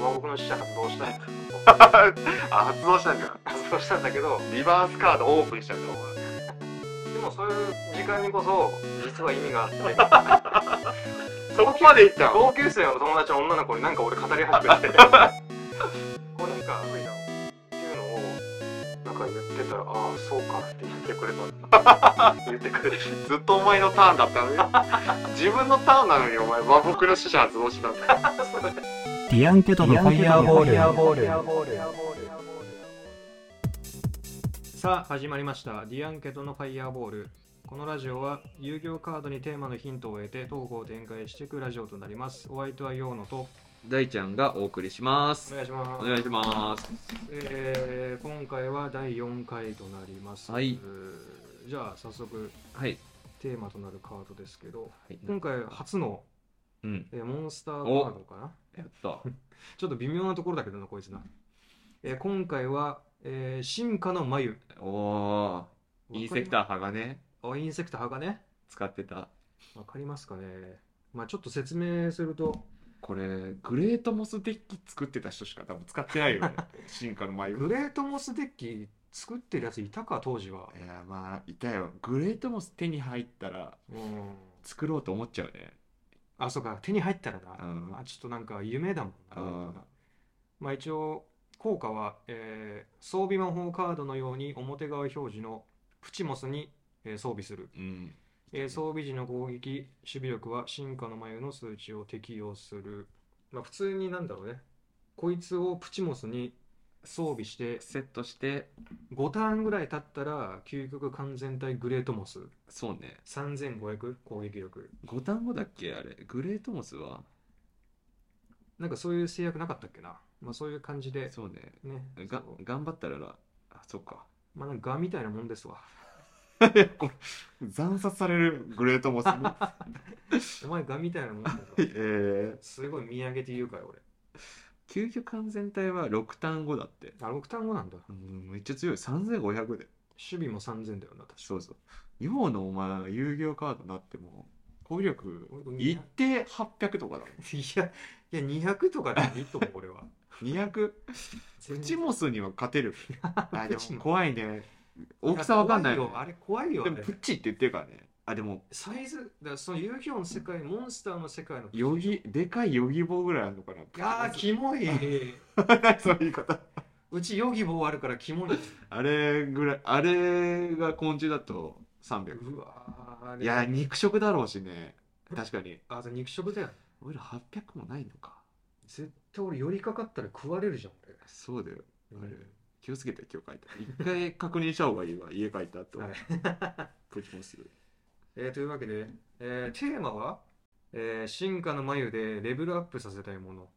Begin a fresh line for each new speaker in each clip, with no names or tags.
ワン国の支社発動したんだけど
あ発動したんじゃん
発動したんだけど
リバースカードオープンしたんだお前
でもそういう時間にこそ実は意味があって
そこまでいったの
同級生の友達の女の子になんか俺語り始めてこうなんかっていうのをなんか言ってたら「ああそうか」って言ってくれた言ってくれて
ずっとお前のターンだったのに自分のターンなのにお前和睦の使者発動したんだ
ディアンケドのファイヤーボール。
さあ始まりました「ディアンケトのファイヤーボール」このラジオは遊戯王カードにテーマのヒントを得てトークを展開していくラジオとなりますお相手はヨーノと
大ちゃんがお送りします
お。願いしま
お
す、
願いします。
えー今回は第4回となります、
はい
えーじゃあ早速
はい。
テーマとなるカードですけど
はい、
今回初の、
うん。
えーモンスターカードかな
やった。
ちょっと微妙なところだけどなこいつな、えー今回は、えー進化の眉
おー。インセクター
ー
派がね、
あインセクター派がね
使ってた。
わかりますかねまあちょっと説明すると
これグレートモスデッキ作ってた人しか多分使ってないよ ね進化の前
グレートモスデッキ作ってるやついたか当時はい
やまあいたよグレートモス手に入ったら
うん
作ろうと思っちゃうね。
あそうか手に入ったらな、
うん
あちょっとなんか夢だもんな、
うん
まあ一応効果は、えー装備魔法カードのように表側表示のプチモスに、えー装備する、
うん。
えー装備時の攻撃守備力は進化の眉の数値を適用するまあ普通になんだろうねこいつをプチモスに装備して
セットして、
5ターンぐらい経ったら究極完全体グレートモス
そうね。
3500攻撃力
五単語だっけあれ。グレートモスは
なんかそういう制約なかったっけな、まあ、そういう感じで
そうね。
ね
が
そう、
頑張ったらな、あ、そ っか。
まあなんかガみたいなもんですわ
惨殺されるグレートモス に
お前ガみたいなもんだ ぞ
えー、
すごい見上げて言うから俺
究極完全体は6単語だって。
あ6単語なんだ
うん、めっちゃ強い。3500で。
守備も3000だよな確か
そうそう。今のお前、遊戯王カードになっても、攻撃力
俺
一定800とかだ
いやいや200とかでいいと思う俺 は
200
全
プ
然
チモスには勝てるあで
プチモ
も
ス
怖いね大きさわかんない
や
もん
怖よあれ怖いよ
で
あ
も
れ
プッチって言ってるからねあでも
サイズだからその遊戯王の世界モンスターの世界の
ヨギでかいヨギ棒ぐらいあるのか
い
な
やーキモい
ないそういう言い方
うちヨギボーあるからキモい
あれぐらい、あれが昆虫だと300。
うわーあれ
いや肉食だろうしね
確かに。
あで肉食だよ
俺ら800もないのか。
絶対俺寄りかかったら食われるじゃん
そうだよ。あ
俺
れ気をつけて、今日帰った。一回確認した方がいいわ、家帰った後。
はい
プチモス。
えーというわけで、えーテーマは、えー進化の眉でレベルアップさせたいもの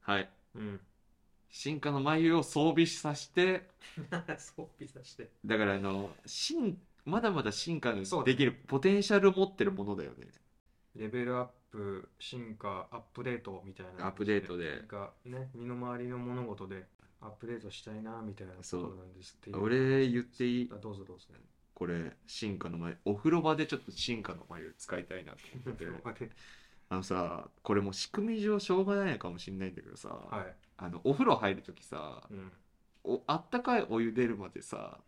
はい。
うん
進化の眉を装備させて、
そうピザして
だからあの、進、まだまだ進化
そうだね
できるポテンシャル持ってるものだよね。
レベルアップ進化アップデートみたいな
アップデートで
なんかね身の回りの物事でアップデートしたいなみたいなと
そう
ころなんですっていう
俺言っていい
あどうぞど うぞ
これ、進化の眉。お風呂場でちょっと進化の眉使いたいなと思って。あのさ、これもう仕組み上しょうがないのかもしれないんだけどさ、
はい、
あのお風呂入るときさ、
うん、
お、あったかいお湯出るまでさ、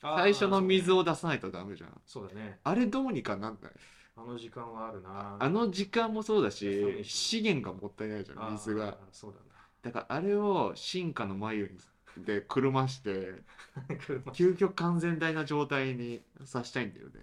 あー
最初の水を出さないとダメじゃん。
そうだね
あれどうにかなんない
あの時間はあるな
あの時間もそうだ
そう
し、資源がもったいないじゃん、水
あー
が。
そうだ
だからあれを進化の眉にでくるまして、
な 車
究極完全体な状態にさしたいんだよね。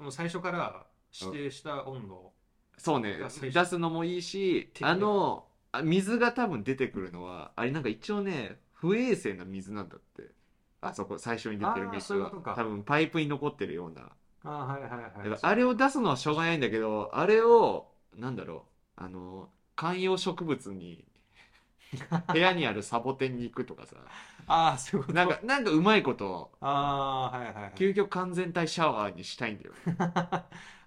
もう最初から指定した温度、
そうね
が最、初
出すのもいいし、
適量
あの、あ水が多分出てくるのは、あれなんか一応ね、不衛生な水なんだって。あそこ、最初に出てる
あー
水
そういう
は
ことか。
多分パイプに残ってるような。
ああはいはいは
だ
い
からあれを出すのはしょうがないんだけど、あれを、なんだろう、あの、観葉植物 に、部屋にあるサボテンに行くと かさ、
ああそういうこと
なんか、なんかうまいこと、
ああはいはいはい
究極完全体シャワーにしたいんだよ。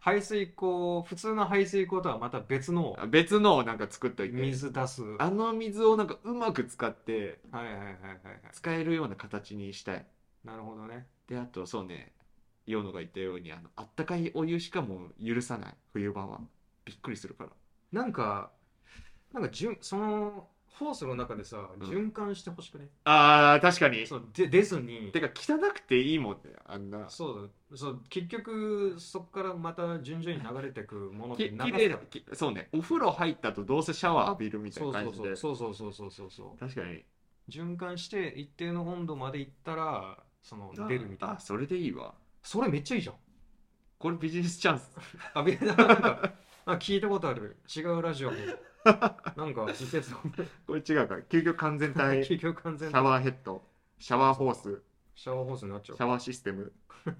排水口普通の排水口とはまた別の
別のをなんか作っといて、
水出すはい
あの水をなんかうまく使って、
はいはいはいはい
使えるような形にしたい。
なるほどね
で、あと、そうね、ヨ野が言ったように、あの、あったかいお湯しかもう許さない、冬場は。びっくりするから。
なんかなんかじゅんそのフォースの中でさ、
うん
循環してほしくね。
ああ、確かに。
そうで出ずに
て、か、汚くていいもんね、あんな。
そうだそう、結局、そこからまた順々に流れてくものって
き
流
綺
す
麗
か
だきそうね、お風呂入ったとどうせシャワー浴びるみたい
そ
な
うそ
感
う
じで。
そうそうそうそうそうそう
確かに。
循環して一定の温度までいったらその出るみたい
あ
な
あ、それでいいわ。
それめっちゃいいじゃん
これビジネスチャンス。
あべなんかあ聞いたことある違うラジオのなんか施設の
これ違うから。究極完全 体。シ
結局完全
ャワーヘッド。シャワーホース。
シャワーホースになっち
シ
ゃ
ャワーシステム。
う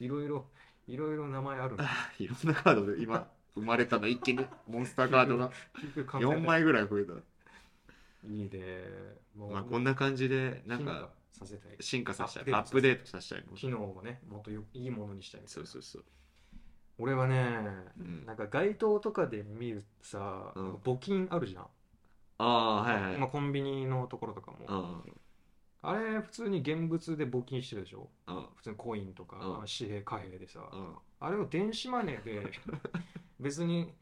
いろいろいろいろ名前あるの
いろんなカードで今、生まれたの一気に。モンスターカードが
結局完全
4枚ぐらい増えた。
いいねも
まあ、こんな感じで、なん
進化
か、
させたい
進化させたい。
ア
ア
ッ
ッ
プ
プ
デ
デートさせたいもん。
機能をねもっとよいいものにしたいみたい
そう
な
そうそう。
俺はね
うん
なんか街頭とかで見るさ、
うん
募金あるじゃん
ああ、はいはい。
今コンビニのところとかも、
うん
あれ普通に現物で募金してるでしょ
うん
普通にコインとか、
うん
紙幣貨幣でさ、
うん。
あれを電子マネー で別に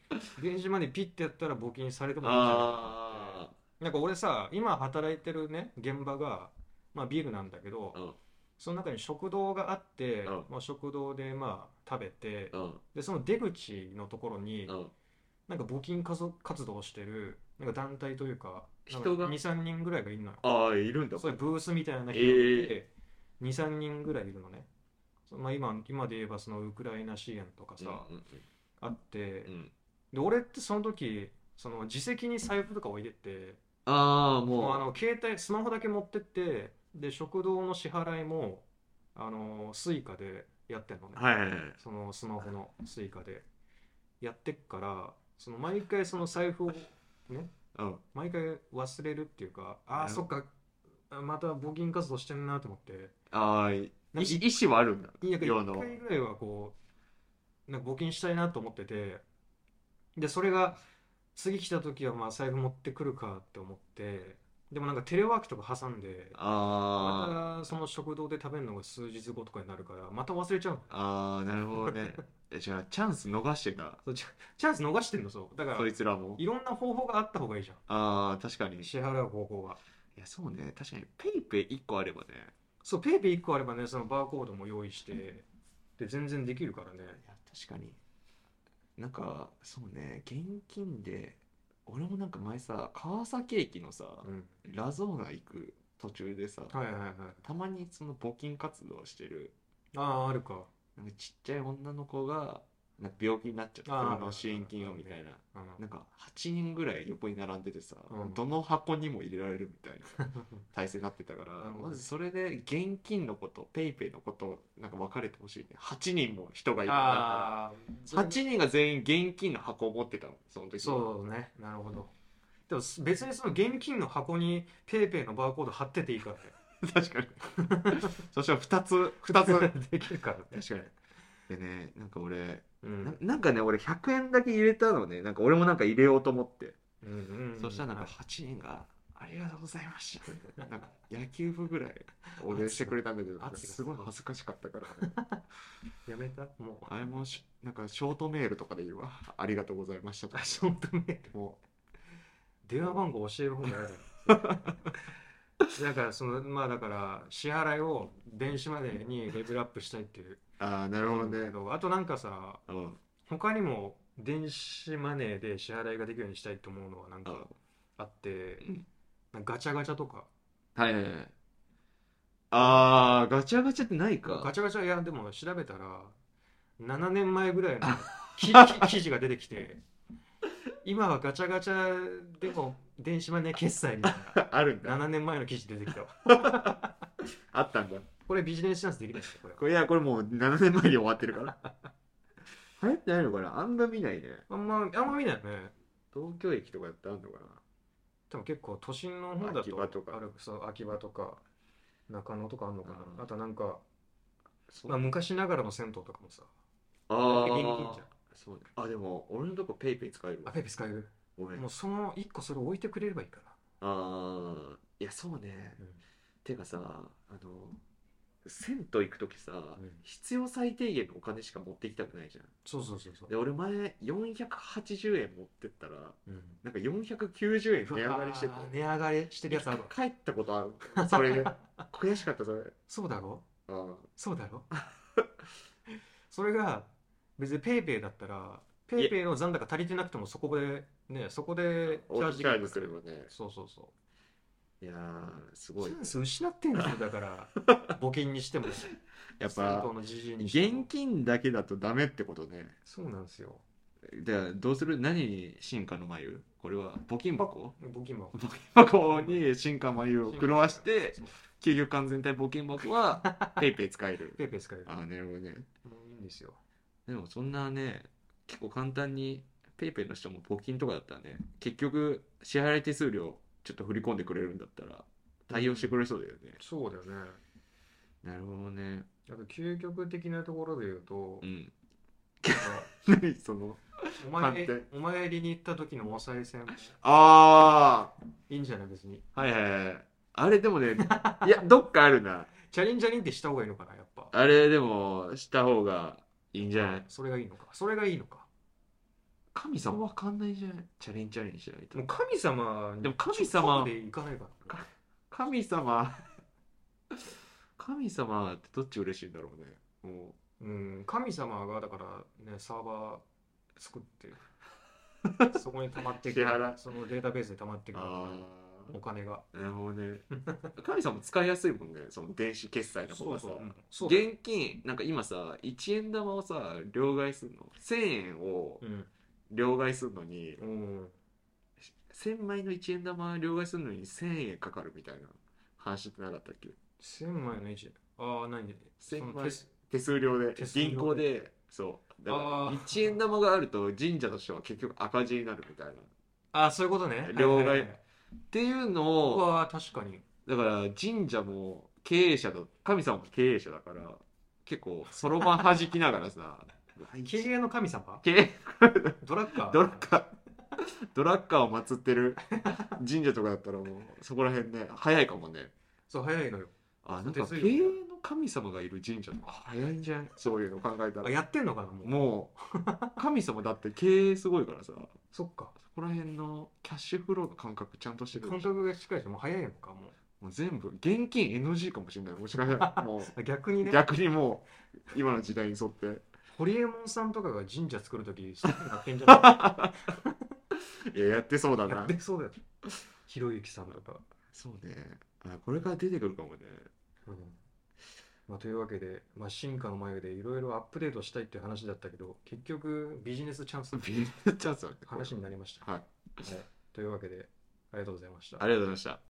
電子マネーピッてやったら募金されてもいいんじゃない
あ
なんか俺さ今働いてるね現場が、まあ、ビルなんだけど、
うん
その中に食堂があって、
うん
まあ、食堂でまあ食べて、
あ、うん
でその出口のところに、
うん。
なんか募金活動活動をしてるなんか団体というか
人が
23人ぐらいがいるのよ
ああ、いるんだ。
そういうブースみたいな人
え
で23人ぐらいいるのね、そまあ、今今で言えばそのウクライナ支援とかさ、
うん
あって
うんうん
で俺ってその時その自責に財布とか置いてって
ああ、
もうあ
も
の携帯スマホだけ持ってってで食堂の支払いもあのスイカでやってんのね、
う。はいはいはい。
そのスマホのスイカでやってっからその毎回その財布をね
うん。
毎回忘れるっていうかあ
う
あ
ん
そっかあまた募金活動してんなと思って
ああ、い
なんかい
意思はあるんだ。
いや
要
1
の
回ぐらいはこうなんか募金したいなと思っててでそれが次来た時はまあ財布持ってくるかって思ってでもなんかテレワークとか挟んで
あ
またその食堂で食べるのが数日後とかになるからまた忘れちゃうの
あ、ああ、なるほど ね。えじゃあ、チャンス逃してた。
そうチャチャンス逃してんのそうだから
そいつらも
い。ろんな方法があった方がいいじゃん
ああ、確かに。い
支払う方法が
や、そうね。確かに、ペイペイ一個あればね。
そうペイペイ1個あればねそのバーコードも用意してで全然できるからね
いや、確かに。なんか、そうね。現金で、俺もなんか前さ、川崎駅のさ、
うん
ラゾーナ行く途中でさ、
はいはいはい
たまにその募金活動してる
あああるか
なんかちっちゃい女の子がなんか病気になっちゃった
あー
その支援金をみたいな
うん
なんか8人ぐらい横に並んでてさ、
うん
どの箱にも入れられるみたいな 体制になってたから
なるほど
まずそれで現金のことペイペイのことなんか分かれてほしいね8人も人がいるから
ああ
8人が全員現金の箱を持ってたのその時
そうねなるほどでも別にその現金の箱にペイペイのバーコード貼ってていいからね
確 かにそしたら2つ2つ
できるからね
確かにでねなんか俺
うん
ななんかね俺100円だけ入れたのねなんか俺もなんか入れようと思って、
うんうんうん
そしたらなん
は
か
い
8人が「ありがとうございました」みたいななんか野球部ぐらいお礼してくれたんだけど
圧が
すごい恥ずかしかったから、ね、
やめたもう
あれもしなんかショートメールとかで言うわ「ありがとうございました」とか
ショートメール
も
電話番号教える方がやだよ だからそのまあだから支払いを電子マネーにレベルアップしたいっていう
うああなるほどね、
あとなんかさ
うん、
他にも電子マネーで支払いができるようにしたいと思うのはなん
あ
かあって
うん
なんかガチャガチャとか
はいはいはいあーガチャガチャってないか
ガチャガチャいやでも調べたら7年前ぐらいの 記記記事が出てきて今はガチャガチャでも電子マネー決済みたい
あるん
な
だ
7年前の記事出てきたわ
あったんだ
これビジネスチャンスできないですよこれ
これいやこれもう7年前に終わってるから 流行ってないのかなあんま見ないね
あんまあんま見ないよね
東京駅とかやってあるのかな
多分結構都心の方だと
秋葉とか
あるそう秋葉とか中野とかあんのかな、
うん
あとなんか、
そう
まあ、昔ながらの銭湯とかもさ
あ
現金
ー
じゃん
そうねあでも俺のとこペイペイ使える
あ
わ
ペイペイ使える
ごめん
もうその1個それ置いてくれればいいか
あーいやそうね
ら、
てかさあの銭湯行く時さ、
ん
必要最低限のお金しか持ってきたくないじゃん
そうそうそうそう
で俺前480円持ってったら
うん
なんか490円値
値
上がりしてて
値上がりしてるやつあるわ
帰ったことある それ悔しかったそれ
そうだろ
あー
そうだ ろそれが別にペイペイだったらペイペイの残高足りてなくてもそこでねそこでチ
お
ャー
し
ジ
ゃ
が
れすればね
そうそうそう
いやーすごい
センス失ってんですよだから 募金にしても
やっ
銭湯
ぱ
のじじいにしても
現金だけだとダメってことね
そうなんですよ
じゃあどうする何に進化の眉これは募金箱
募金も
募金箱に進化眉を狂わして
そう
究極完全体募金箱 はペイペイ使える
ペイペイ使える
ああなるほどね
もういいんですよ
でもそんなね結構簡単にペイペイの人も募金とかだったらね結局支払い手数料ちょっと振り込んでくれるんだったら対応してくれそうだよね、
そうだよね
なるほどね
あと究極的なところで言うと
う、
な
ん
んか
何その
お
判
前
定
お参りに行った時のお賽銭
あ
いいんじゃない別に
あはいはいはいあれでもねいやどっかあるな
チャリンチャリンってした方がいいのかなやっぱ
あれでもした方がいいんじゃない
それがいいのかそれがいいのか
神様わかんないじゃないチャレンチャレンしないと
もう神様に
でも神様
直で行かないから
か神様 神様ってどっち嬉しいんだろうねも
うん神様がだからねサーバー作って そこに溜まってい
支
く
払い
そのデータベースで溜まっていうくお金が
なるほどね神様使いやすいもんねその電子決済の方がさ
んそうだ
現金なんか今さ1円玉をさ両替するの1000円を
うん
両替するのに
うん
1000枚の1円玉両替するのに1000円かかるみたいな話ってなかったっけ
1000枚の位置ああ何
千枚
その手す
手数料で
手数料で
銀行でそうだから
あー
1円玉があると神社としては結局赤字になるみたいなっ
ああそういうことね
両
は
替
いはいは
ていうの
い
を
うわー確かに
だから神社も経営者だ神様も経営者だから結構そろばん弾きながらさ
経営の神様
経営
ドラッカー
ドラッカードラッカーを祀ってる神社とかだったらもうそこら辺ね早いかもね
そう早いのよ
あなんか
手
経
数
営
料
の神様がいる神社とか早いんじゃんそういうの考えた
あ
ら
やってんのかなもう
もう神様だって経営すごいからさ
そっか
そこら辺のキャッシュフローの感覚ちゃんとしてる
感覚がしっかりしてもう早いのかも
もう全部現金 NG かもしれないもしかし たらも
う逆に
う
ね
逆にもう今の時代に沿って
ホリエモンさんとかが神社作るとき、そういうのやってんじゃ
いややって そうだ
ないやっ
な
てそうだよ。ひろゆきさんとか。
そうねあこれから出てくるかもね
うんまあ、というわけで、まあ、進化の前でいろいろアップデートしたいっていう話だったけど、結局ビジネスチャンスの
ビジネスチャンスだねこれ
話になりました。
は
は
い
いというわけで、ありがとうございました
あ。りがとうございました